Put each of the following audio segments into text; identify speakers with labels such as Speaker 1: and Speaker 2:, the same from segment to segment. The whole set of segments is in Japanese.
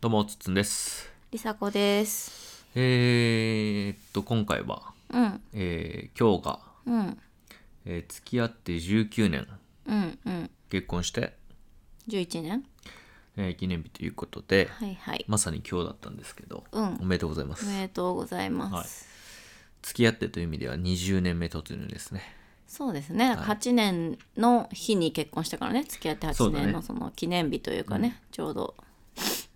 Speaker 1: どうも、つっつんです。
Speaker 2: りさこです。
Speaker 1: えー、っと、今回は、
Speaker 2: うん、
Speaker 1: えー、今日が、
Speaker 2: うん、
Speaker 1: えー付き合って19年、
Speaker 2: うん、うん。
Speaker 1: 結婚して、
Speaker 2: 11年
Speaker 1: えー記念日ということで、
Speaker 2: はいはい。
Speaker 1: まさに今日だったんですけど、
Speaker 2: うん
Speaker 1: おめでとうございま
Speaker 2: お
Speaker 1: す。
Speaker 2: めでとうございます。
Speaker 1: 付き合ってという意味では20年目突入ですね。
Speaker 2: そうですね、8年の日に結婚したからね、付き合って
Speaker 1: そ
Speaker 2: 8
Speaker 1: うだ
Speaker 2: 年
Speaker 1: ね
Speaker 2: のその記念日というかね、ちょうど。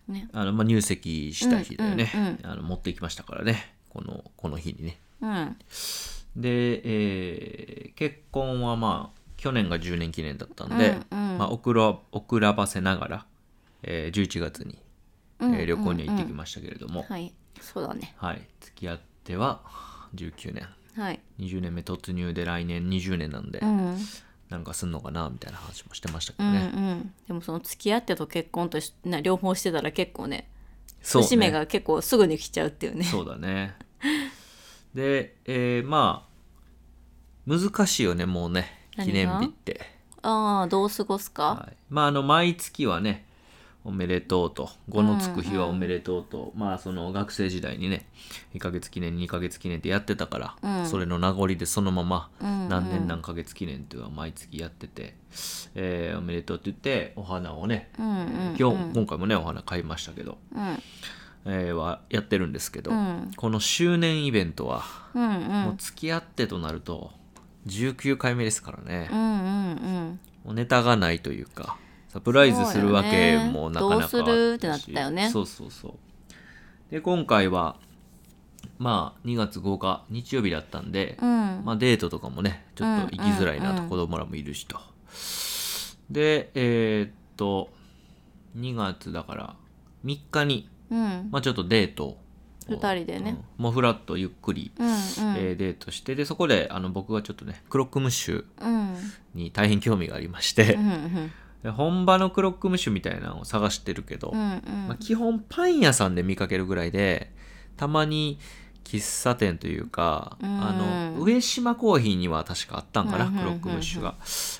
Speaker 2: ね、
Speaker 1: あの、まあ、入籍した日だよね、
Speaker 2: うんうん
Speaker 1: あの。持ってきましたからね、この、この日にね。
Speaker 2: うん、
Speaker 1: で、えー結婚はまあ去年が10年記念だったんで、
Speaker 2: うん
Speaker 1: まあ、遅ら遅らばせながら、えー11月に、えー旅行には行ってきましたけれども、
Speaker 2: はい、そうだね。
Speaker 1: はい、付き合っては19年
Speaker 2: はい。
Speaker 1: 20年目突入で来年20年なんで、
Speaker 2: うん、
Speaker 1: なんかすんのかなみたいな話もしてましたけ
Speaker 2: う
Speaker 1: ど
Speaker 2: ん、う
Speaker 1: ね、
Speaker 2: ん。でもその付き合ってと結婚としな両方してたら結構ね、
Speaker 1: そう
Speaker 2: 節目
Speaker 1: ね
Speaker 2: が結構すぐに来ちゃうっていうね。
Speaker 1: そうだねで、えーまあ難しいよねもうね記念日って。
Speaker 2: ああ、どう過ごすか、
Speaker 1: はい、まああの毎月はねおめでとうと5のつく日はおめでとうと、まあその学生時代にね1ヶ月記念2ヶ月記念ってやってたから、
Speaker 2: うん
Speaker 1: それの名残でそのまま
Speaker 2: うんうん
Speaker 1: 何年何ヶ月記念っていうのは毎月やってて、えーおめでとうって言ってお花をね
Speaker 2: うん、うん。
Speaker 1: 今日、今回もねお花買いましたけど、
Speaker 2: うん、
Speaker 1: えーはやってるんですけど、
Speaker 2: うん
Speaker 1: この周年イベントは、
Speaker 2: うん、うん
Speaker 1: もう。付き合ってとなると19回目ですからね、
Speaker 2: うんうん
Speaker 1: もうネタがないというかサプライズするわけもなかなか
Speaker 2: そうだよねどうするってなったよね
Speaker 1: そうそうそうで今回はまあ2月5日日曜日だったんで、
Speaker 2: うんうん
Speaker 1: まあ、デートとかもねちょっと行きづらいなと、
Speaker 2: うんうんうん
Speaker 1: 子供らもいるしとでえーっと2月だから3日に、
Speaker 2: うん
Speaker 1: まあ、ちょっとデートを
Speaker 2: 二人でね、
Speaker 1: うんもうフラッとゆっくり、
Speaker 2: うんうん
Speaker 1: えーデートしてでそこであの僕がちょっとねクロックムッシュ
Speaker 2: うん
Speaker 1: に大変興味がありまして、
Speaker 2: うんうん
Speaker 1: で本場のクロックムッシュみたいなのを探してるけど、
Speaker 2: うんう
Speaker 1: まあ、
Speaker 2: ん
Speaker 1: 基本パン屋さんで見かけるぐらいでたまに喫茶店というか、
Speaker 2: うん
Speaker 1: あの上島コーヒーには確かあったんかな、
Speaker 2: うんうんうん
Speaker 1: ク
Speaker 2: うん
Speaker 1: ロックムッシュが、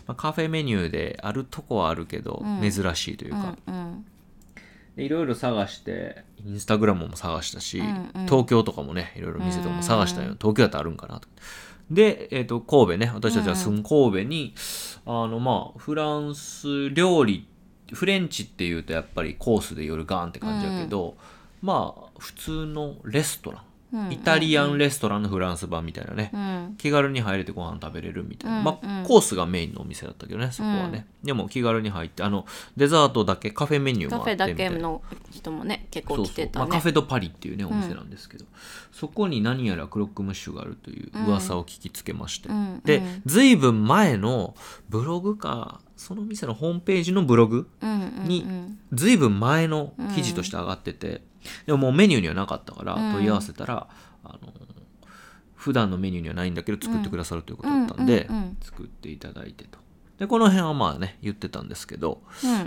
Speaker 1: まあ、カフェメニューであるとこはあるけど、
Speaker 2: うん
Speaker 1: 珍しいというか、
Speaker 2: うん
Speaker 1: でいろいろ探してインスタグラムも探したし、
Speaker 2: うんうん
Speaker 1: 東京とかもねいろいろ店とかも探したよ、
Speaker 2: うん
Speaker 1: 東京だったらあるんかなとで、えっと神戸ね私たちが住む神戸に、あのまあフランス料理フレンチっていうとやっぱりコースで夜ガーンって感じだけど、まあ普通のレストラ
Speaker 2: うんうん
Speaker 1: ンイタリアンレストランのフランス版みたいなね、
Speaker 2: うん
Speaker 1: 気軽に入れてご飯食べれるみたいな、
Speaker 2: うん
Speaker 1: ま
Speaker 2: う
Speaker 1: あ
Speaker 2: ん
Speaker 1: コースがメインのお店だったけどねそこはね、でも気軽に入ってあのデザートだけカフェメニューも
Speaker 2: カ
Speaker 1: あって
Speaker 2: フェ
Speaker 1: みた
Speaker 2: だ
Speaker 1: いな
Speaker 2: けの人もね結
Speaker 1: そ
Speaker 2: 構
Speaker 1: う
Speaker 2: 来
Speaker 1: そう
Speaker 2: て、
Speaker 1: ま
Speaker 2: た
Speaker 1: あ、カ
Speaker 2: ね
Speaker 1: フェドパリっていうねお店なんですけど、そこに何やらクロックムッシュがあるという噂を聞きつけまして、
Speaker 2: うんうん
Speaker 1: でずいぶん前のブログかその店のホームページのブログ
Speaker 2: うんうん
Speaker 1: に
Speaker 2: うん
Speaker 1: ずいぶん前の記事として上がってて、でももうメニューにはなかったから
Speaker 2: うん
Speaker 1: 問い合わせたら、あの普段のメニューにはないんだけど作ってくださるということだったんで、
Speaker 2: うんうんうん
Speaker 1: 作っていただいてと。でこの辺はまあね言ってたんですけど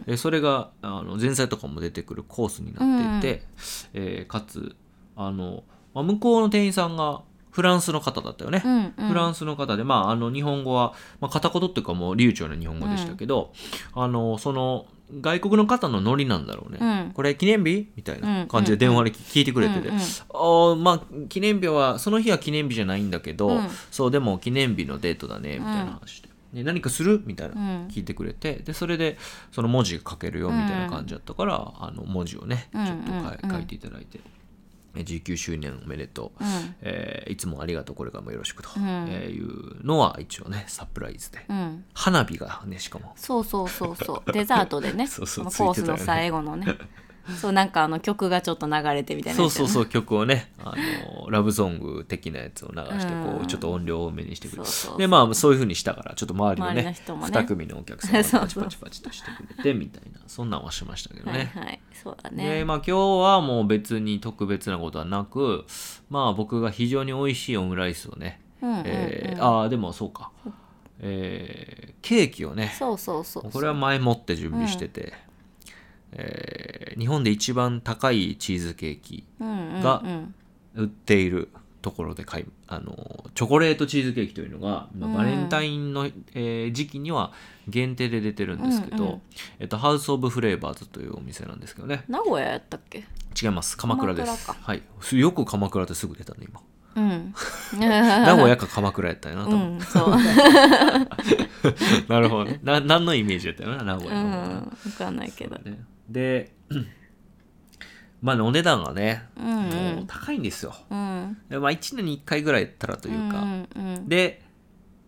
Speaker 2: うん
Speaker 1: えそれがあの前菜とかも出てくるコースになっていて、えーかつあの、まあ向こうの店員さんがフランスの方だったよね、
Speaker 2: うんうん
Speaker 1: フランスの方で、まあ、あの日本語は、まあ、片言っていうかもう流暢な日本語でしたけど、あのその外国の方のノリなんだろうね、
Speaker 2: うん
Speaker 1: これ記念日みたいな感じで
Speaker 2: う
Speaker 1: 電
Speaker 2: んうん
Speaker 1: 話で聞いてくれてて、
Speaker 2: うんうん
Speaker 1: ああまあ記念日はその日は記念日じゃないんだけど、
Speaker 2: うん
Speaker 1: そうでも記念日のデートだねみたいな話で。で何かするみたいな、
Speaker 2: うん
Speaker 1: 聞いてくれてでそれでその文字書けるよみたいな感じだったから、あの文字をねちょ
Speaker 2: うん
Speaker 1: っ
Speaker 2: うん
Speaker 1: と書い,、
Speaker 2: うん
Speaker 1: 書いていただいてえ19周年おめでとう、
Speaker 2: うん
Speaker 1: えーいつもありがとうこれからもよろしくと、
Speaker 2: うん
Speaker 1: えーいうのは一応ねサプライズで、
Speaker 2: うん
Speaker 1: 花火がねしかも
Speaker 2: そうそうそうそうデザートでね
Speaker 1: そうそう
Speaker 2: この
Speaker 1: つい
Speaker 2: コー
Speaker 1: て
Speaker 2: ス
Speaker 1: たよね
Speaker 2: の最後のねそうなんかあの曲がちょっと流れてみたいな
Speaker 1: そ
Speaker 2: や
Speaker 1: う
Speaker 2: つ
Speaker 1: そ
Speaker 2: よ
Speaker 1: う
Speaker 2: ね
Speaker 1: そう曲をねあのラブソング的なやつを流してこう、
Speaker 2: うん
Speaker 1: ちょっと音量多めにしてくれる
Speaker 2: そうそうそう
Speaker 1: でまあそういうふうにしたからちょっと周りの
Speaker 2: 周りの
Speaker 1: ね
Speaker 2: 人もね
Speaker 1: 2組のお客さんが
Speaker 2: そう
Speaker 1: パチ
Speaker 2: そう
Speaker 1: パチパチとしてくれてみたいなそんなんはしましたけどね。
Speaker 2: はいはいそうだ
Speaker 1: で
Speaker 2: ね
Speaker 1: まあ今日はもう別に特別なことはなくまあ僕が非常に美味しいオムライスをね、
Speaker 2: うんうんうん
Speaker 1: えーああでもそうか、えーケーキをね
Speaker 2: そうそうそう
Speaker 1: これは前もって準備してて、えー日本で一番高いチーズケーキ
Speaker 2: うんうんうん
Speaker 1: が売っている、ところで買いあのチョコレートチーズケーキというのが、まあ
Speaker 2: うん
Speaker 1: バレンタインの、えー時期には限定で出てるんですけど、
Speaker 2: うんうん
Speaker 1: えっと、ハウス・オブ・フレーバーズというお店なんですけどね
Speaker 2: 名古屋やったっけ
Speaker 1: 違います鎌倉です
Speaker 2: 鎌
Speaker 1: はい、すよく鎌倉ってすぐ出たね今
Speaker 2: うん
Speaker 1: 名
Speaker 2: 名
Speaker 1: 古屋か鎌倉やったよな多
Speaker 2: う
Speaker 1: 分、
Speaker 2: んそう
Speaker 1: なるほどねな何のイメージやったよな名古
Speaker 2: う
Speaker 1: 屋の
Speaker 2: ん
Speaker 1: 方がね、
Speaker 2: わかんないけど
Speaker 1: ねでまあねお値段がね、
Speaker 2: うんうん
Speaker 1: もう高いんですよ
Speaker 2: うん
Speaker 1: でまあ1年に1回ぐらいやったらというか、
Speaker 2: うんうん
Speaker 1: で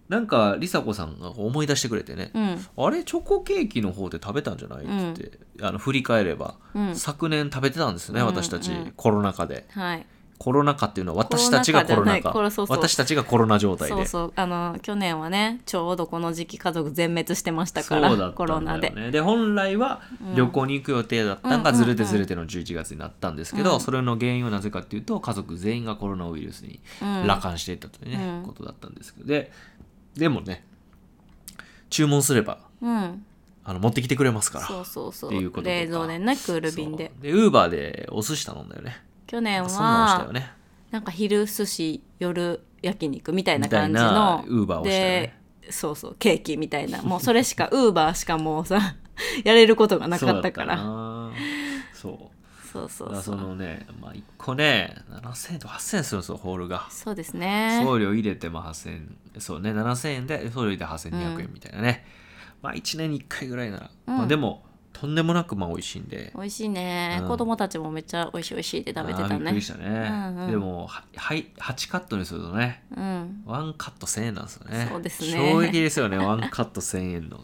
Speaker 1: なんか梨紗子さんが思い出してくれてね、
Speaker 2: うん
Speaker 1: あれチョコケーキの方で食べたんじゃないっつって、あの振り返れば、
Speaker 2: うん
Speaker 1: 昨年食べてたんですね
Speaker 2: うん
Speaker 1: 私たち、
Speaker 2: うん
Speaker 1: コロナ禍で
Speaker 2: はい
Speaker 1: コロナ禍っていうのは私たちがコロナ禍
Speaker 2: コロナ禍じゃないコロそうそう
Speaker 1: 私たちがコロナ状態で
Speaker 2: そうそうあの去年はねちょうどこの時期家族全滅してましたから
Speaker 1: そうだった
Speaker 2: コ
Speaker 1: んだ
Speaker 2: ロ
Speaker 1: よね
Speaker 2: ナで
Speaker 1: で本来は旅行に行く予定だったのが、
Speaker 2: うん
Speaker 1: ずれてずれての11月になったんですけど、
Speaker 2: うん
Speaker 1: それの原因はなぜかっていうと家族全員がコロナウイルスに
Speaker 2: うん
Speaker 1: 羅漢していったという、ね
Speaker 2: うん
Speaker 1: ことだったんですけどででもね注文すれば
Speaker 2: うん
Speaker 1: あの持ってきてくれますから
Speaker 2: そうそうそ
Speaker 1: っていうこ
Speaker 2: う
Speaker 1: ととか
Speaker 2: 冷蔵でねクール便で
Speaker 1: そうでウーバーでお寿司頼んだよね
Speaker 2: 去年
Speaker 1: そんなのしたよ
Speaker 2: は
Speaker 1: ね
Speaker 2: なんか昼寿司夜焼肉みたいな
Speaker 1: みたい
Speaker 2: 感じ
Speaker 1: な
Speaker 2: の
Speaker 1: ウーバーをしたよ
Speaker 2: で
Speaker 1: ね
Speaker 2: そうそうケーキみたいなもうそれし かウーバーしかもうさやれることがなかったから
Speaker 1: そうだったなそう
Speaker 2: そうそう
Speaker 1: だから
Speaker 2: そ
Speaker 1: そうのね、まあ、1個ね7000円と8000円するんですよホールが
Speaker 2: そうですね
Speaker 1: 送料入れても8000円そうね7000円で送料入れて8200円みたいなね、まあ1年に1回ぐらいなら、
Speaker 2: うん
Speaker 1: まあでもとんでもなくまあ美味しいんで
Speaker 2: 美味しいね、
Speaker 1: うん
Speaker 2: 子供たちもめっちゃ美味しい美味しいって食べて
Speaker 1: あーび
Speaker 2: た
Speaker 1: っく
Speaker 2: ね
Speaker 1: りしたね、
Speaker 2: うんうん
Speaker 1: でもははい8カットにするとね
Speaker 2: うん
Speaker 1: ワンカット1000円なんですよね
Speaker 2: そうですね
Speaker 1: 衝撃ですよねワンカット1000円の、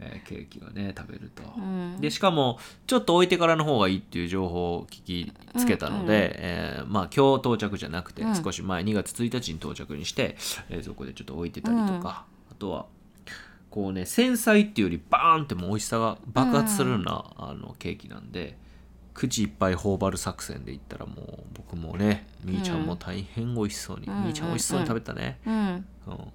Speaker 1: えーケーキをね食べると、
Speaker 2: うん
Speaker 1: でしかもちょっと置いてからの方がいいっていう情報を聞きつけたので、
Speaker 2: うんうん
Speaker 1: えーまあ、今日到着じゃなくて
Speaker 2: うん
Speaker 1: 少し前2月1日に到着にして冷蔵庫でちょっと置いてたりとか、
Speaker 2: うん
Speaker 1: あとはこうね繊細っていうよりバーンってもう美味しさが爆発するような、あのケーキなんで口いっぱい頬張る作戦でいったらもう僕もねみーちゃんも大変美味しそうに、
Speaker 2: うん
Speaker 1: みーちゃん美味しそうに食べたね、
Speaker 2: うん
Speaker 1: うん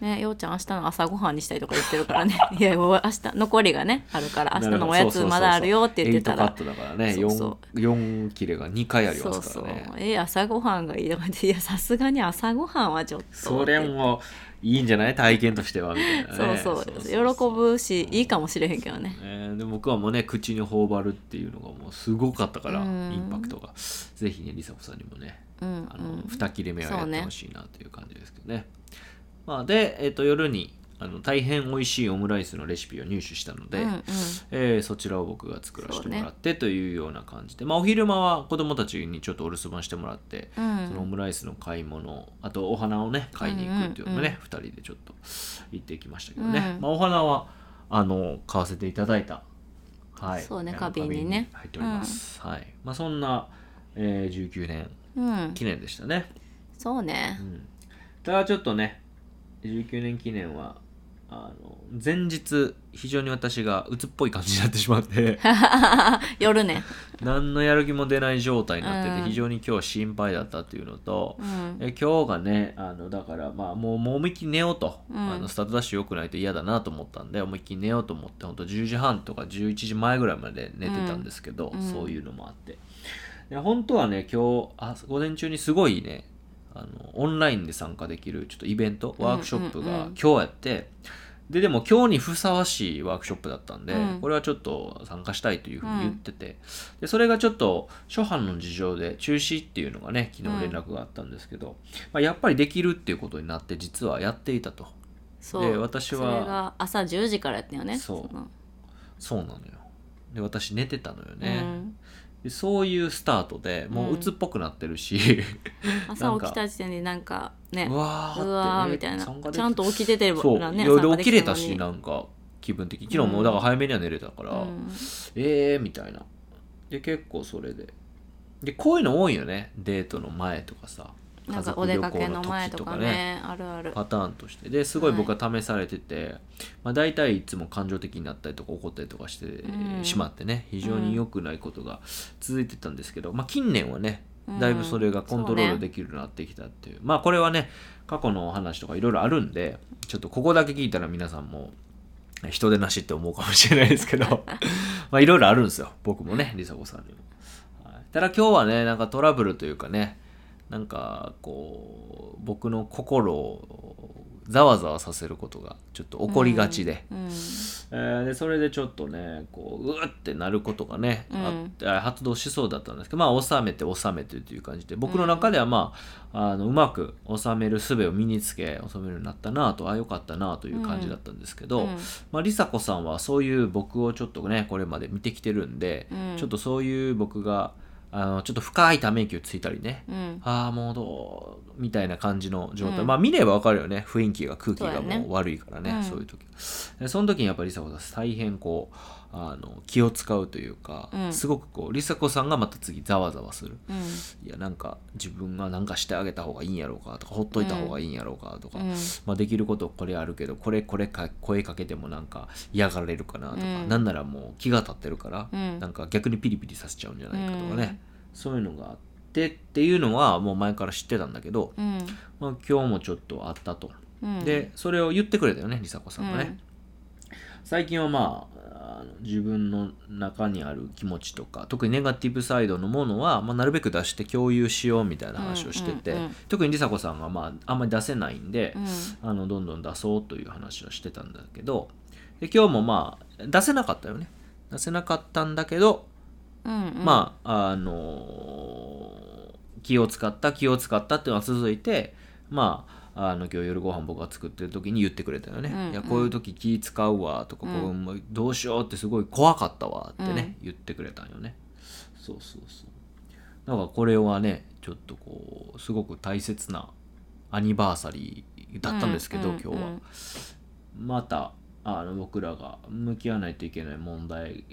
Speaker 2: ね、ようちゃん明日の朝ごはんにしたいとか言ってるか らねいやもう明日残りがねあるから明日のおやつまだあるよって言ってた
Speaker 1: 8
Speaker 2: ら
Speaker 1: カットだからね
Speaker 2: そうそ
Speaker 1: 4, 4切れが2回あり
Speaker 2: そ
Speaker 1: ま
Speaker 2: う
Speaker 1: すか
Speaker 2: そう
Speaker 1: らね
Speaker 2: え朝ごはんがいいとか言っていやさすがに朝ごはんはちょっと
Speaker 1: それもいいんじゃない体験としてはみたいな、
Speaker 2: そう
Speaker 1: ね、
Speaker 2: そう喜ぶしいいかもしれへんけどね
Speaker 1: えーで僕はもうね口に頬張るっていうのがもうすごかったからイ
Speaker 2: うん
Speaker 1: ンパクトがぜひねりさこさんにもね
Speaker 2: うんう
Speaker 1: あの、
Speaker 2: ん
Speaker 1: 2切れ目はや
Speaker 2: そ
Speaker 1: って
Speaker 2: うね
Speaker 1: ほしいなという感じですけどねまあ、で、えー、と夜にあの大変美味しいオムライスのレシピを入手したので、
Speaker 2: うんうん
Speaker 1: えーそちらを僕が作らせても
Speaker 2: そ
Speaker 1: ら
Speaker 2: う
Speaker 1: ってというような感じで、まあ、お昼間は子供たちにちょっとお留守番してもらって、
Speaker 2: う
Speaker 1: そのオ
Speaker 2: ん
Speaker 1: ムライスの買い物あとお花をね買いに行くっていうのもね、二2人でちょっと行ってきましたけどね、
Speaker 2: うん
Speaker 1: まあ、お花はあの買わせていただいた、はい、
Speaker 2: そうね
Speaker 1: あの
Speaker 2: 花瓶にね
Speaker 1: 花瓶入っております、はいまあ、そんな、えー19年
Speaker 2: うん
Speaker 1: 記念でしたね、
Speaker 2: そうね
Speaker 1: うん、ただちょっとね19年記念はあの前日非常に私が鬱っぽい感じになってしまって
Speaker 2: 夜ね
Speaker 1: 何のやる気も出ない状態になって
Speaker 2: う
Speaker 1: て
Speaker 2: ん
Speaker 1: 非常に今日心配だったっていうのと、
Speaker 2: うん
Speaker 1: え今日がねあのだからまあもうもう思いっきり寝ようと、
Speaker 2: うん
Speaker 1: あのスタートダッシュ良くないと嫌だなと思ったんで思いっきり寝ようと思ってほんと10時半とか11時前ぐらいまで寝てたんですけど、
Speaker 2: うん
Speaker 1: そういうのもあってで本当はね今日あ午前中にすごいねあのオンラインで参加できるちょっとイベントワークショップ
Speaker 2: うんうん
Speaker 1: が
Speaker 2: うん
Speaker 1: 今日やって、ででも今日にふさわしいワークショップだったんで、
Speaker 2: うん
Speaker 1: これはちょっと参加したいというふうに言ってて、でそれがちょっと初版の事情で中止っていうのがね昨日連絡があったんですけど、まあ、やっぱりできるっていうことになって実はやっていたと
Speaker 2: そう
Speaker 1: で私は
Speaker 2: それが朝10時からやったよね
Speaker 1: そう
Speaker 2: の
Speaker 1: そうなのよで私寝てたのよ
Speaker 2: う
Speaker 1: ね、
Speaker 2: ん
Speaker 1: でそういうスタートでもう鬱っぽくなってるし、
Speaker 2: 朝起きた時点でなんか ね
Speaker 1: うわー
Speaker 2: う
Speaker 1: って
Speaker 2: わー
Speaker 1: ね
Speaker 2: みたいな
Speaker 1: 参加でき
Speaker 2: ちゃんと起きてて
Speaker 1: そう
Speaker 2: る
Speaker 1: い
Speaker 2: らね
Speaker 1: ろい
Speaker 2: 参
Speaker 1: ろ起
Speaker 2: 加
Speaker 1: き
Speaker 2: でき
Speaker 1: れ
Speaker 2: て
Speaker 1: た
Speaker 2: のに
Speaker 1: しなんか気分的に昨日もだから早めには寝れたから、
Speaker 2: うん
Speaker 1: えーみたいなで結構それででこういうの多いよねデートの前とかさ家
Speaker 2: なんか
Speaker 1: 族
Speaker 2: お出
Speaker 1: 旅
Speaker 2: か
Speaker 1: 行
Speaker 2: け
Speaker 1: の
Speaker 2: の前
Speaker 1: 時
Speaker 2: と
Speaker 1: と
Speaker 2: か
Speaker 1: か
Speaker 2: ね
Speaker 1: ね
Speaker 2: あるある
Speaker 1: パターンとしてですごい僕
Speaker 2: は
Speaker 1: は試されてて、まあ、大体いつも感情的になったりとか怒ったりとかして
Speaker 2: うん
Speaker 1: しまってね、非常に良くないことが続いてたんですけど、まあ、近年はねだいぶそれがコントロールできるようになってきたっていう,、まあこれはね過去のお話とかいろいろあるんでちょっとここだけ聞いたら皆さんも人でなしって思うかもしれないですけど まあいろいろあるんですよ僕もねりさこさんにも、はいただ今日はねなんかトラブルというかねなんかこう僕の心をざわざわさせることがちょっと起こりがちで,、
Speaker 2: うん
Speaker 1: えーでそれでちょっとねこううわってなることがね、
Speaker 2: うん
Speaker 1: あってあ発動しそうだったんですけどまあ収めて収めてという感じで僕の中ではまああのうまく収める術を身につけ収めるようになったなとああよかったなという感じだったんですけど、
Speaker 2: うん
Speaker 1: まあ、梨紗子さんはそういう僕をちょっとねこれまで見てきてるんで、
Speaker 2: うん
Speaker 1: ちょっとそういう僕があのちょっと深いため息をついたりね、
Speaker 2: うん
Speaker 1: ああもうどうみたいな感じの状態、
Speaker 2: うん
Speaker 1: まあ見ればわかるよね雰囲気が空気
Speaker 2: そ
Speaker 1: が
Speaker 2: うだね
Speaker 1: もう悪いからね
Speaker 2: うん
Speaker 1: そういう時でその時にやっぱり梨紗子さん大変こうあの気を使うというか、
Speaker 2: うん
Speaker 1: すごくこう梨紗子さんがまた次ざわざわする
Speaker 2: うん
Speaker 1: いやなんか自分がなんかしてあげた方がいいんやろうかとかほっといた方がいいんやろうかとか、
Speaker 2: うん
Speaker 1: まあ、できることこれあるけどこれこれか声かけてもなんか嫌がられるかなとか、
Speaker 2: うん
Speaker 1: なんならもう気が立ってるから、
Speaker 2: うん
Speaker 1: なんか逆にピリピリさせちゃうんじゃないかとかね、そういうのがあってっていうのはもう前から知ってたんだけど、
Speaker 2: うん
Speaker 1: まあ、今日もちょっとあったと、
Speaker 2: うん
Speaker 1: でそれを言ってくれたよね梨紗子さんがね、
Speaker 2: うん
Speaker 1: 最近はまああの自分の中にある気持ちとか特にネガティブサイドのものは、まあ、なるべく出して共有しようみたいな話をしてて、
Speaker 2: うんうんうん
Speaker 1: 特に梨紗子さんが、まあ、あんまり出せないんで、
Speaker 2: うん
Speaker 1: あのどんどん出そうという話をしてたんだけどで今日もまあ出せなかったよね出せなかったんだけど、
Speaker 2: うんうん
Speaker 1: まああのー気を使った気を使ったっていうのは続いてまああの今日夜ご飯僕が作ってる時に言ってくれたよね、
Speaker 2: うんうん
Speaker 1: いやこういう時気使うわとか、こうもうどうしようってすごい怖かったわってね、言ってくれたんよねそうそうそうなんかこれはねちょっとこうすごく大切なアニバーサリーだったんですけど、
Speaker 2: うんうん
Speaker 1: 今日は、
Speaker 2: うん
Speaker 1: またあの僕らが向き合わないといけない問題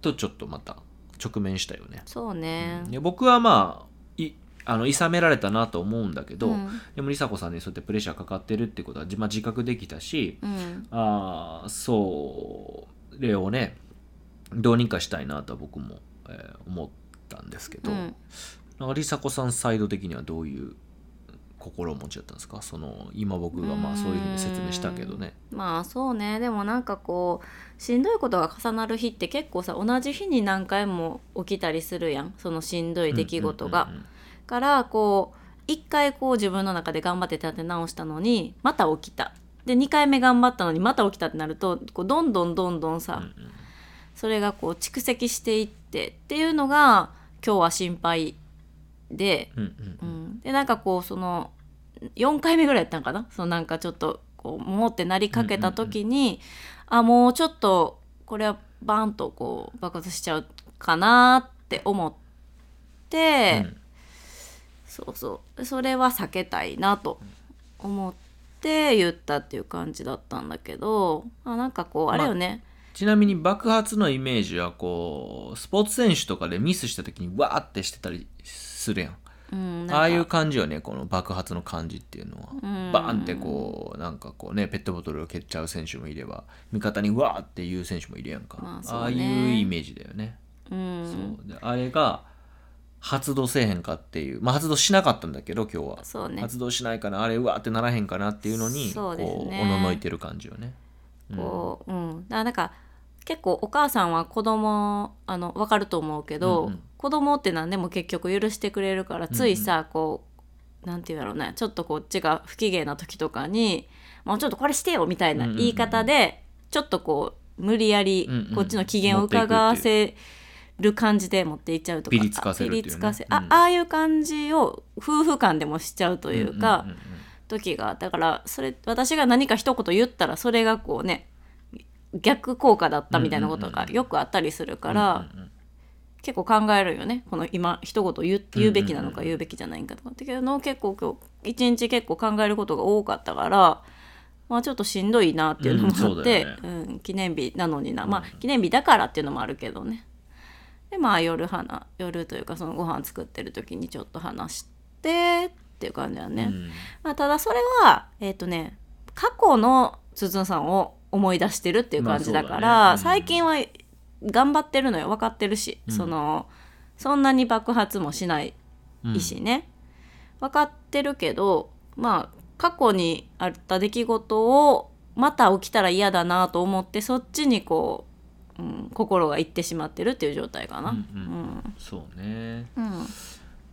Speaker 1: とちょっとまた直面したよね。
Speaker 2: そうね
Speaker 1: で僕はまあいあのいさめられたなと思うんだけど、
Speaker 2: うん
Speaker 1: でも梨紗子さんにそうやってプレッシャーかかってるってことは、じまあ、自覚できたし
Speaker 2: うん
Speaker 1: あーそうそれをねどうにかしたいなとは僕も、えー思ったんですけど、
Speaker 2: うん
Speaker 1: なんか梨紗子さんサイド的にはどういう心持ちだったんですかその今僕がまあそういうふうに説明したけどね。
Speaker 2: まあそうねでもなんかこうしんどいことが重なる日って結構さ同じ日に何回も起きたりするやんそのしんどい出来事が。
Speaker 1: うんうんうんうん
Speaker 2: からこう一回こう自分の中で頑張って立て直したのにまた起きた。で2回目頑張ったのにまた起きたってなるとこうどんどんどんどんさ、
Speaker 1: うんうん
Speaker 2: それがこう蓄積していってっていうのが今日は心配で。
Speaker 1: うん
Speaker 2: う
Speaker 1: うん
Speaker 2: ん、でなんかこうその4回目ぐらいやったんかなそのなんかちょっとこうもってなりかけた時に、あもうちょっとこれはバンとこう爆発しちゃうかなって思って、
Speaker 1: うん
Speaker 2: そうそうそれは避けたいなと思って言ったっていう感じだったんだけどあなんかこうあれよね、
Speaker 1: ちなみに爆発のイメージはこうスポーツ選手とかでミスした時にわーってしてたりするやん
Speaker 2: うんなんか
Speaker 1: ああいう感じよねこの爆発の感じっていうのは、
Speaker 2: うん
Speaker 1: バーンってこうなんかこうねペットボトルを蹴っちゃう選手もいれば味方にわーっていう選手もいるやんか、
Speaker 2: まあそう
Speaker 1: あ
Speaker 2: ね
Speaker 1: あいうイメージだよね、
Speaker 2: うん
Speaker 1: そうであれが発動せえへんかっていうまあ発動しなかったんだけど今日は、
Speaker 2: そうね
Speaker 1: 発動しないかなあれうわーってならへんかなっていうのに
Speaker 2: そうです
Speaker 1: こう
Speaker 2: ね
Speaker 1: おののいてる感じよねうん
Speaker 2: こう、うん、だからなんか結構お母さんは子供あの分かると思うけど、
Speaker 1: うんうん
Speaker 2: 子供って何でも結局許してくれるからついさ、こうなんて言うんだろうねちょっとこっちが不機嫌な時とかに「もうちょっとこれしてよ」みたいな
Speaker 1: うんうんうん
Speaker 2: 言い方で、ちょっとこう無理やり
Speaker 1: うんうん
Speaker 2: こっちの機嫌を伺わせる感じで持っていっちゃうとか
Speaker 1: ピリつかせるっていうね
Speaker 2: あピリつかせあ
Speaker 1: うん
Speaker 2: ああいう感じを夫婦間でもしちゃうというか。
Speaker 1: んんんん
Speaker 2: 時がだからそれ私が何か一言言ったらそれがこうね逆効果だったみたいなこと
Speaker 1: うんうん
Speaker 2: が
Speaker 1: うん
Speaker 2: よくあったりするから、
Speaker 1: うんうんうん
Speaker 2: 結構考えるよねこの今一言言う言うべきなの
Speaker 1: うんうんう
Speaker 2: か
Speaker 1: ん
Speaker 2: 言うべきじゃないんかとかっていうのを結構今日一日結構考えることが多かったから。まあちょっとしんどいなっていうのも
Speaker 1: うん
Speaker 2: あ
Speaker 1: そう
Speaker 2: っ
Speaker 1: だ
Speaker 2: て
Speaker 1: よね、
Speaker 2: うん記念日なのにな、まあ
Speaker 1: うん
Speaker 2: 記念日だからっていうのもあるけどねでまあ夜花夜というかそのご飯作ってる時にちょっと話してっていう感じだね、
Speaker 1: うん
Speaker 2: まあ、ただそれはえっ、とね過去の鈴さんを思い出してるっていう感じだから、
Speaker 1: まあそうだねうん
Speaker 2: 最近は頑張ってるのよ分かってるし、
Speaker 1: うん
Speaker 2: そのそんなに爆発もしない
Speaker 1: うん
Speaker 2: しね、分かってるけどまあ過去にあった出来事をまた起きたら嫌だなと思ってそっちにこう、うん、心がいってしまってるっていう状態かな。
Speaker 1: うんうんそうね
Speaker 2: うん、うん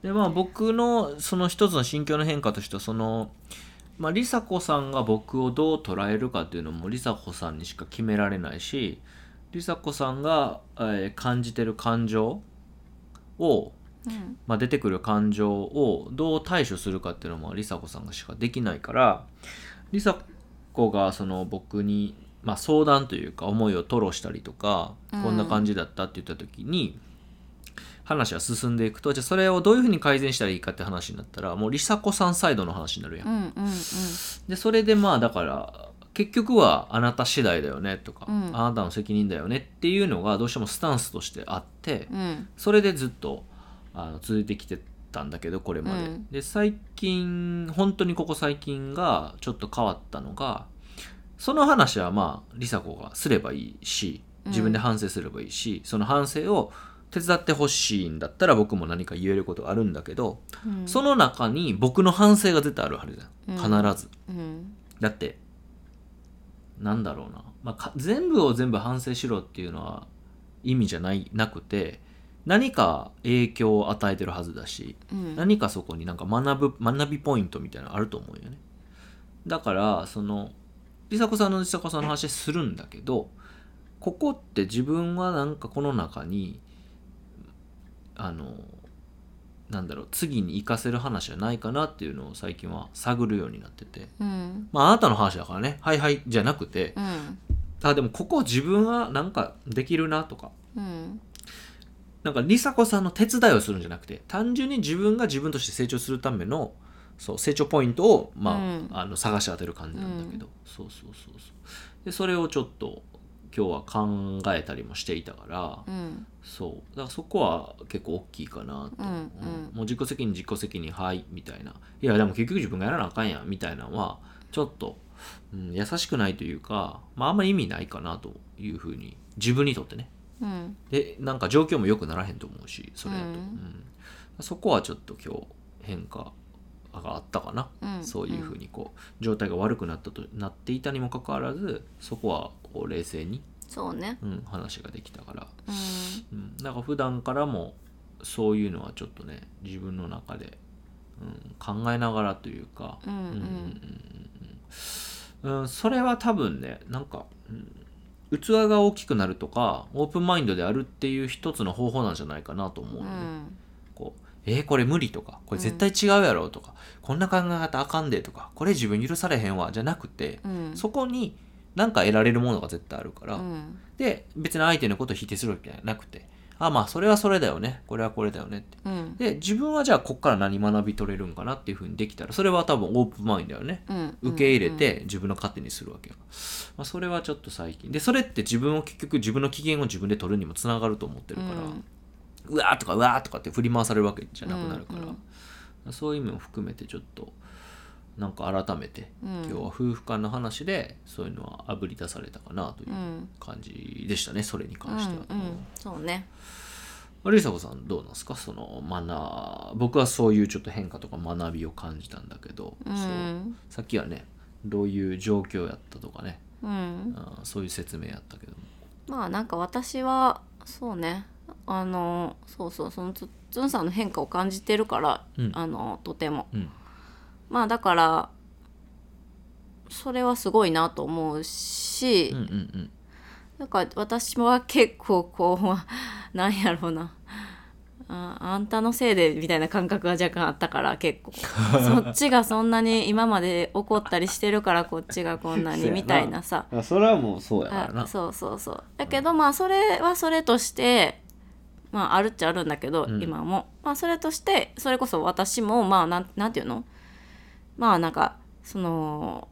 Speaker 1: でまあ僕のその一つの心境の変化としてはその、まあ、梨紗子さんが僕をどう捉えるかっていうのも梨紗子さんにしか決められないし梨紗子さんが、えー感じてる感情を、
Speaker 2: うん
Speaker 1: まあ、出てくる感情をどう対処するかっていうのも梨紗子さんがしかできないから梨紗子がその僕に、まあ、相談というか思いを吐露したりとか、
Speaker 2: うん
Speaker 1: こんな感じだったって言った時に話は進んでいくとじゃあそれをどういうふうに改善したらいいかって話になったらもう梨紗子さんサイドの話になるやん。
Speaker 2: うんうんうん
Speaker 1: でそれでまあだから結局はあなた次第だよねとか、
Speaker 2: うん
Speaker 1: あなたの責任だよねっていうのがどうしてもスタンスとしてあって。
Speaker 2: うん
Speaker 1: それでずっとあの続いてきてたんだけどこれまで、
Speaker 2: うん
Speaker 1: で最近本当にここ最近がちょっと変わったのがその話はまあ梨紗子がすればいいし
Speaker 2: うん
Speaker 1: 自分で反省すればいいし、その反省を手伝ってほしいんだったら僕も何か言えることがあるんだけど、
Speaker 2: うん
Speaker 1: その中に僕の反省が絶対あるはずじゃ
Speaker 2: うん
Speaker 1: ん必ず、
Speaker 2: うん
Speaker 1: だってなんだろうな、まあか全部を全部反省しろっていうのは意味じゃないなくて何か影響を与えてるはずだし
Speaker 2: うん
Speaker 1: 何かそこになんか学ぶ学びポイントみたいなのあると思うよねだからその梨紗子さんの梨紗子さんの話するんだけどここって自分はなんかこの中にあのなんだろう次に活かせる話じゃないかなっていうのを最近は探るようになってて
Speaker 2: うん
Speaker 1: まあ、あなたの話だからね、はいはいじゃなくて、
Speaker 2: うん
Speaker 1: あ、でもここ自分はなんかできるなとか、
Speaker 2: うん
Speaker 1: なんか、梨紗子さんの手伝いをするんじゃなくて、単純に自分が自分として成長するための、そう、成長ポイントを、まあ、
Speaker 2: うん
Speaker 1: あの探し当てる感じなんだけど、そうそうそうそう。で、それをちょっと、今日は考えたりもしていたから、
Speaker 2: うん
Speaker 1: そう。だからそこは結構大きいかなと。
Speaker 2: うん
Speaker 1: うんもう自己責任、自己責任、はい、みたいな。いや、でも結局自分がやらなあかんやん、みたいなのは、ちょっと、うん、優しくないというか、まああんまり意味ないかなというふうに、自分にとってね。
Speaker 2: うん
Speaker 1: で、なんか状況も良くならへんと思うし、それだと。
Speaker 2: うん
Speaker 1: うんそこはちょっと今日変化があったかな。
Speaker 2: うん
Speaker 1: そういうふうにこう、状態が悪くなったとなっていたにもかかわらず、そこはこう冷静に、
Speaker 2: そうね
Speaker 1: うん、話ができたから、
Speaker 2: うん
Speaker 1: うん、なんか普段からもそういうのはちょっとね自分の中で、うん、考えながらというか、
Speaker 2: う
Speaker 1: うんうん
Speaker 2: ん
Speaker 1: うんうんうん、それは多分ねなんか、うん、器が大きくなるとかオープンマインドであるっていう一つの方法なんじゃないかなと思う
Speaker 2: う
Speaker 1: のね、
Speaker 2: ん
Speaker 1: こうえーこれ無理とかこれ絶対違うやろとか、こんな考え方あかんでとかこれ自分許されへんわじゃなくて、
Speaker 2: うん
Speaker 1: そこになんか得られるものが絶対あるから、
Speaker 2: うん
Speaker 1: で別に相手のことを否定するわけじゃなくてあまあそれはそれだよねこれはこれだよねって
Speaker 2: うん
Speaker 1: で自分はじゃあこっから何学び取れるんかなっていうふうにできたらそれは多分オープンマインドだよね
Speaker 2: うん
Speaker 1: 受け入れて自分の糧にするわけよ、まあ、それはちょっと最近でそれって自分を結局自分の機嫌を自分で取るにもつながると思ってるから、
Speaker 2: うん
Speaker 1: うわーとかうわーとかって振り回されるわけじゃなくなるから、
Speaker 2: うん
Speaker 1: そういう意味も含めてちょっとなんか改めて
Speaker 2: うん
Speaker 1: 今日は夫婦間の話でそういうのはあぶり出されたかなという
Speaker 2: うん
Speaker 1: 感じでしたねそれに
Speaker 2: うんう
Speaker 1: 関しては。
Speaker 2: んそうね
Speaker 1: うんリサ子さんどうなんですかその学僕はそういうちょっと変化とか学びを感じたんだけど、
Speaker 2: う
Speaker 1: そうんさっきはねどういう状況やったとかね、
Speaker 2: うん
Speaker 1: あーそういう説明やったけども
Speaker 2: まあなんか私はそうねあのそうそうそのつつんさんの変化を感じてるから、
Speaker 1: うん
Speaker 2: あのとても
Speaker 1: うん
Speaker 2: まあだからそれはすごいなと思うし、
Speaker 1: うんうんうん
Speaker 2: なんか私は結構こうまあなんやろうなああんたのせいでみたいな感覚が若干あったから 結構そっちがそんなに今まで怒ったりしてるからこっちがこんな
Speaker 1: せ
Speaker 2: に
Speaker 1: やな
Speaker 2: みたいなさ
Speaker 1: あそれはもう そうやから
Speaker 2: あ
Speaker 1: な
Speaker 2: そうそうそうだけどまあそれはそれとしてまああるっちゃあるんだけど、
Speaker 1: うん
Speaker 2: 今もまあそれとしてそれこそ私もまあなんなんていうのまあなんかその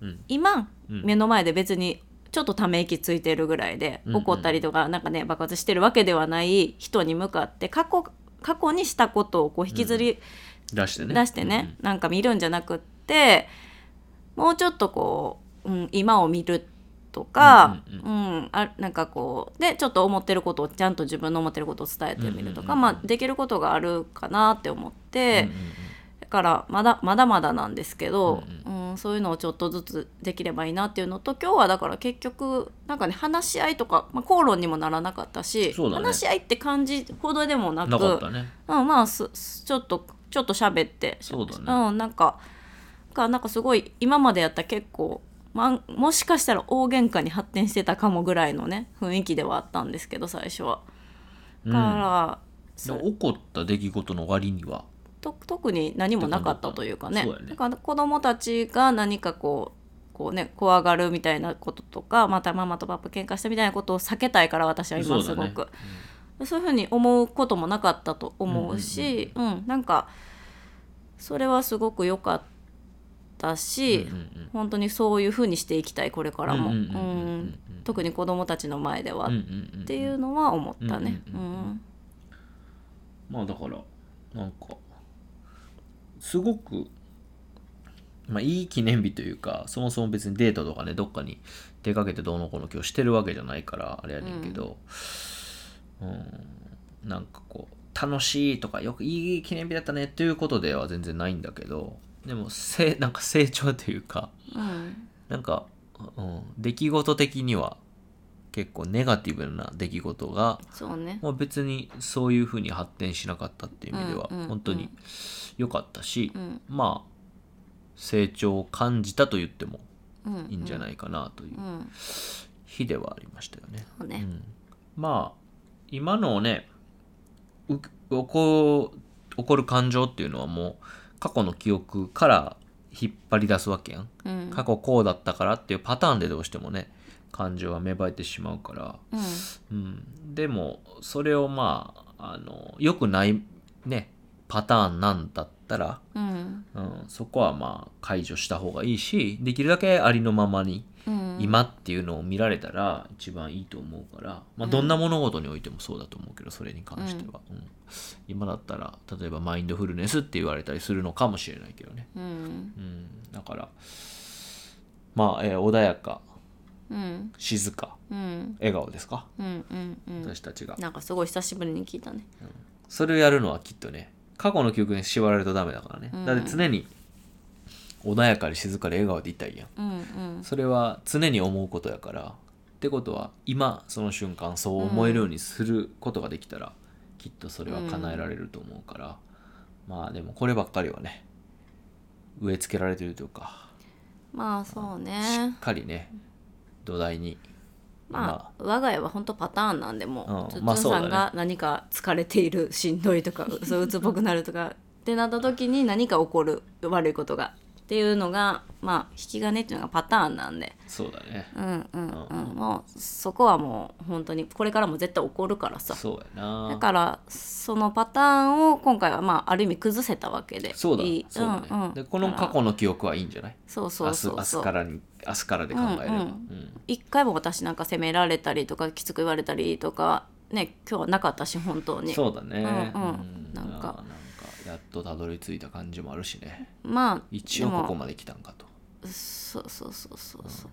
Speaker 1: うん
Speaker 2: 今
Speaker 1: うん
Speaker 2: 目の前で別にちょっとため息ついてるぐらいで、
Speaker 1: うん
Speaker 2: 怒ったりとかなんかね爆発してるわけではない人に向かって過去過去にしたことをこう引きずり
Speaker 1: 出してね
Speaker 2: 出してね、なんか見るんじゃなくってもうちょっとこう、うん、今を見るとか、
Speaker 1: うんう
Speaker 2: うんあなんかこうでちょっと思ってることをちゃんと自分の思ってることを伝えてみるとか、
Speaker 1: うんうんうん
Speaker 2: まあ、できることがあるかなって思っ
Speaker 1: うんうん
Speaker 2: て、からまだまだまだなんですけど、
Speaker 1: う
Speaker 2: うんそういうのをちょっとずつできればいいなっていうのと今日はだから結局なんかね話し合いとか、まあ、口論にもならなかったし、
Speaker 1: そうだね
Speaker 2: 話し合いって感じほどでもなく
Speaker 1: なかったね
Speaker 2: うん、まあすすちょっとちょっと喋って
Speaker 1: そうだね
Speaker 2: ん、なんかがなんかすごい今までやった結構、まあ、もしかしたら大喧嘩に発展してたかもぐらいのね雰囲気ではあったんですけど最初は。だから、
Speaker 1: で
Speaker 2: そ
Speaker 1: も起こった出来事の割には
Speaker 2: と特に何もなかったというかね
Speaker 1: そうだね
Speaker 2: なんか子供たちが何かこうこう、ね、怖がるみたいなこととかまたママとパパ喧嘩したみたいなことを避けたいから私は今す
Speaker 1: そう
Speaker 2: ご
Speaker 1: だ
Speaker 2: く
Speaker 1: ね。
Speaker 2: そういうふうに思うこともなかったと思うし、うんなんかそれはすごく良かったし、
Speaker 1: うんうんうん
Speaker 2: 本当にそういうふうにしていきたいこれからも、
Speaker 1: う
Speaker 2: うんん
Speaker 1: うんうんうんうん
Speaker 2: 特に子供たちの前では、
Speaker 1: うんう
Speaker 2: っ
Speaker 1: んうん
Speaker 2: ていうのは思ったね。
Speaker 1: うんう
Speaker 2: うん
Speaker 1: まあだからなんかすごく、まあ、いい記念日というかそもそも別にデートとかねどっかに出かけてどうのこうの今日してるわけじゃないからあれやねんけど、うん、なんかこう楽しいとかよくいい記念日だったねということでは全然ないんだけどでもせ なんか成長というか
Speaker 2: うん
Speaker 1: なんか、うん、出来事的には結構ネガティブな出来事が
Speaker 2: そうね、
Speaker 1: まあ、別にそういうふうに発展しなかったっていう意味では
Speaker 2: うんうんうん
Speaker 1: 本当に良かったし、
Speaker 2: うん
Speaker 1: まあ成長を感じたと言っても
Speaker 2: うん
Speaker 1: いいんじゃないかなという
Speaker 2: うん、
Speaker 1: 日ではありましたよね。
Speaker 2: そう
Speaker 1: う
Speaker 2: ね、
Speaker 1: ん、まあ今のねう起こ起こる感情っていうのはもう過去の記憶から引っ張り出すわけやん。
Speaker 2: うん
Speaker 1: 過去こうだったからっていうパターンでどうしてもね感情は芽生えてしまうから。
Speaker 2: うん
Speaker 1: うん、でもそれをまああの良くないねパターンなんだったら、
Speaker 2: うん
Speaker 1: うん、そこはまあ解除した方がいいしできるだけありのままに
Speaker 2: うん、
Speaker 1: 今っていうのを見られたら一番いいと思うから、まあ、どんな物事においてもそうだと思うけどそれに関しては、うん今だったら例えばマインドフルネスって言われたりするのかもしれないけどね、
Speaker 2: うん
Speaker 1: うん、だからまあ、えー穏やか
Speaker 2: うん
Speaker 1: 静か
Speaker 2: うん
Speaker 1: 笑顔ですか
Speaker 2: うんうんうん
Speaker 1: 私たちが
Speaker 2: なんかすごい久しぶりに聞いたね
Speaker 1: それをやるのはきっとね過去の記憶に縛られるとダメだからね、
Speaker 2: うん
Speaker 1: だって常に穏やかに静かで笑顔でいたいやん
Speaker 2: うんうん
Speaker 1: それは常に思うことやからってことは今その瞬間そう思えるようにすることができたら、きっとそれは叶えられると思うから、まあでもこればっかりはね植え付けられてるというか
Speaker 2: まあそう
Speaker 1: し
Speaker 2: ね
Speaker 1: っかりね土台に
Speaker 2: まあ我が家は本当パターンなんでも
Speaker 1: うん
Speaker 2: うつっ
Speaker 1: まあ
Speaker 2: つん
Speaker 1: そうだ
Speaker 2: さ
Speaker 1: ね
Speaker 2: んが何か疲れているしんどいとかうそううつっぽくなるとかってなった時に何か起こる悪いことがっていうのがまあ引き金っていうのがパターンなんで
Speaker 1: そうだね
Speaker 2: うんうんう
Speaker 1: うん
Speaker 2: んもうそこはもう本当にこれからも絶対起こるからさ
Speaker 1: そうやな
Speaker 2: だからそのパターンを今回はまあある意味崩せたわけで
Speaker 1: そうだ
Speaker 2: いい
Speaker 1: そうだね、
Speaker 2: うんうん、
Speaker 1: でこの過去の記憶はいいんじゃない
Speaker 2: そうそうそう
Speaker 1: 明日
Speaker 2: そ
Speaker 1: 明日か
Speaker 2: う
Speaker 1: らに明日からで考えれば、
Speaker 2: うんうん
Speaker 1: うん
Speaker 2: 一回も私なんか責められたりとかきつく言われたりとかね今日はなかったし本当に
Speaker 1: そうだね、
Speaker 2: うんうん
Speaker 1: う
Speaker 2: なん
Speaker 1: あーなん
Speaker 2: か
Speaker 1: かやっとたどり着いた感じもあるしね
Speaker 2: まあ
Speaker 1: 一応ここ
Speaker 2: でも
Speaker 1: まで来たんかと
Speaker 2: そうそうそうそうそう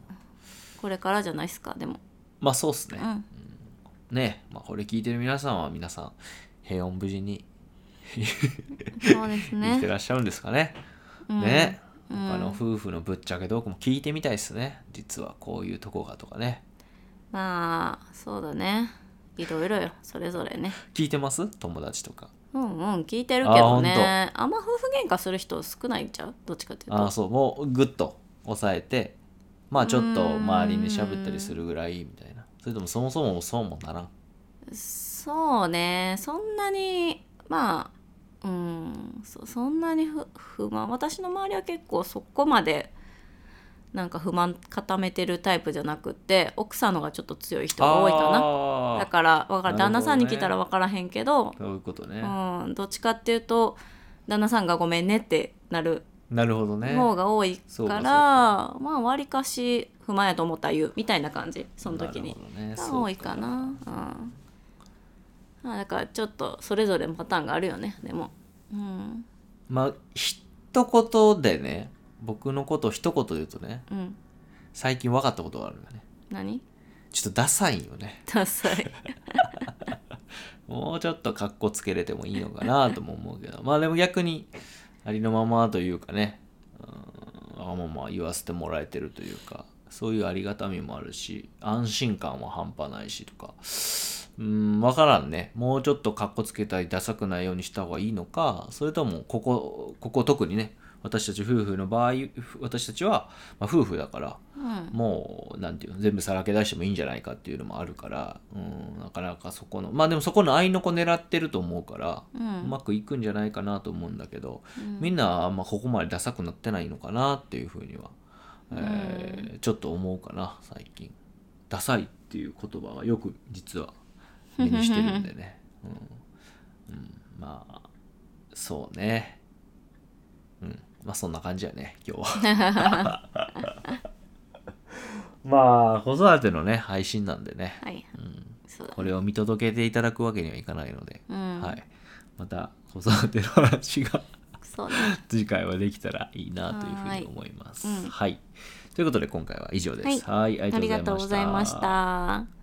Speaker 2: これからじゃないですかでも
Speaker 1: まあそうっすね、
Speaker 2: うん
Speaker 1: ねまあこれ聞いてる皆さんは皆さん平穏無事に
Speaker 2: そうで
Speaker 1: 生き
Speaker 2: す
Speaker 1: て
Speaker 2: ね
Speaker 1: らっしゃるんですかね
Speaker 2: うん
Speaker 1: ね、
Speaker 2: うん
Speaker 1: 他の夫婦のぶっちゃけトークも聞いてみたいですね実はこういうとこがとかね
Speaker 2: まあそうだねいろいろよそれぞれね
Speaker 1: 聞いてます友達とか
Speaker 2: うんうん聞いてるけ
Speaker 1: あほ
Speaker 2: ど
Speaker 1: んと
Speaker 2: ねあんま夫婦喧嘩する人少ないんちゃうどっちかっていう
Speaker 1: あ
Speaker 2: と
Speaker 1: あそうもうグッと抑えてまあちょっと
Speaker 2: うーん
Speaker 1: 周りに喋ったりするぐらいみたいなそれともそもそもそうもならん
Speaker 2: そうねそんなにまあうんそそんなに不不満私の周りは結構そこまでなんか不満固めてるタイプじゃなくて奥さんのがちょっと強い人が多いかな
Speaker 1: な
Speaker 2: だからわ
Speaker 1: なるほど
Speaker 2: かる
Speaker 1: ね
Speaker 2: 旦那さんに聞いたら分からへんけど
Speaker 1: そういうことね、
Speaker 2: うん、どっちかっていうと旦那さんが「ごめんね」ってなる
Speaker 1: なるほどね
Speaker 2: 方が多い
Speaker 1: そ
Speaker 2: か、
Speaker 1: うからそう
Speaker 2: まあわりかし不満やと思ったら言うみたいな感じその時に
Speaker 1: なる。ほどね
Speaker 2: が
Speaker 1: そう
Speaker 2: 多いかなうん、あだからちょっとそれぞれパターンがあるよねでもうん
Speaker 1: まあ一言でね僕のことを一言で言うとね
Speaker 2: うん
Speaker 1: 最近分かったことがあるんだね
Speaker 2: 何
Speaker 1: ちょっとダサいよね
Speaker 2: ダ サい
Speaker 1: もうちょっとかっこつけれてもいいのかなとも思うけどまあでも逆にありのままというかね、うん、わがまま言わせてもらえてるというか、そういうありがたみもあるし、安心感は半端ないしとか、うん、わからんね。もうちょっとかっこつけたり、ダサくないようにした方がいいのか、それとも、ここ、ここ特にね、私たち夫婦の場合、私たちは、まあ、夫婦だから、
Speaker 2: うん
Speaker 1: もう、なんていうの、全部さらけ出してもいいんじゃないかっていうのもあるから、うん、なかなかそこの、まあでもそこの愛の子狙ってると思うから、
Speaker 2: うん
Speaker 1: うまくいくんじゃないかなと思うんだけど、
Speaker 2: うん
Speaker 1: みんなあんまここまでダサくなってないのかなっていうふうには、えーちょっと思うかな最近ダサいっていう言葉がよく実は目にしてるんで ね、うんうん、まあそうねうんまあそんな感じやね今日は まあ子育てのね配信なんでね
Speaker 2: はい、そうだ
Speaker 1: これを見届けていただくわけにはいかないので、
Speaker 2: うん
Speaker 1: はいまた子育ての話が
Speaker 2: そうだ
Speaker 1: 次回はできたらいいなというふうに思います。はい,、ということで今回は以上です。はい、
Speaker 2: ありがとうございました。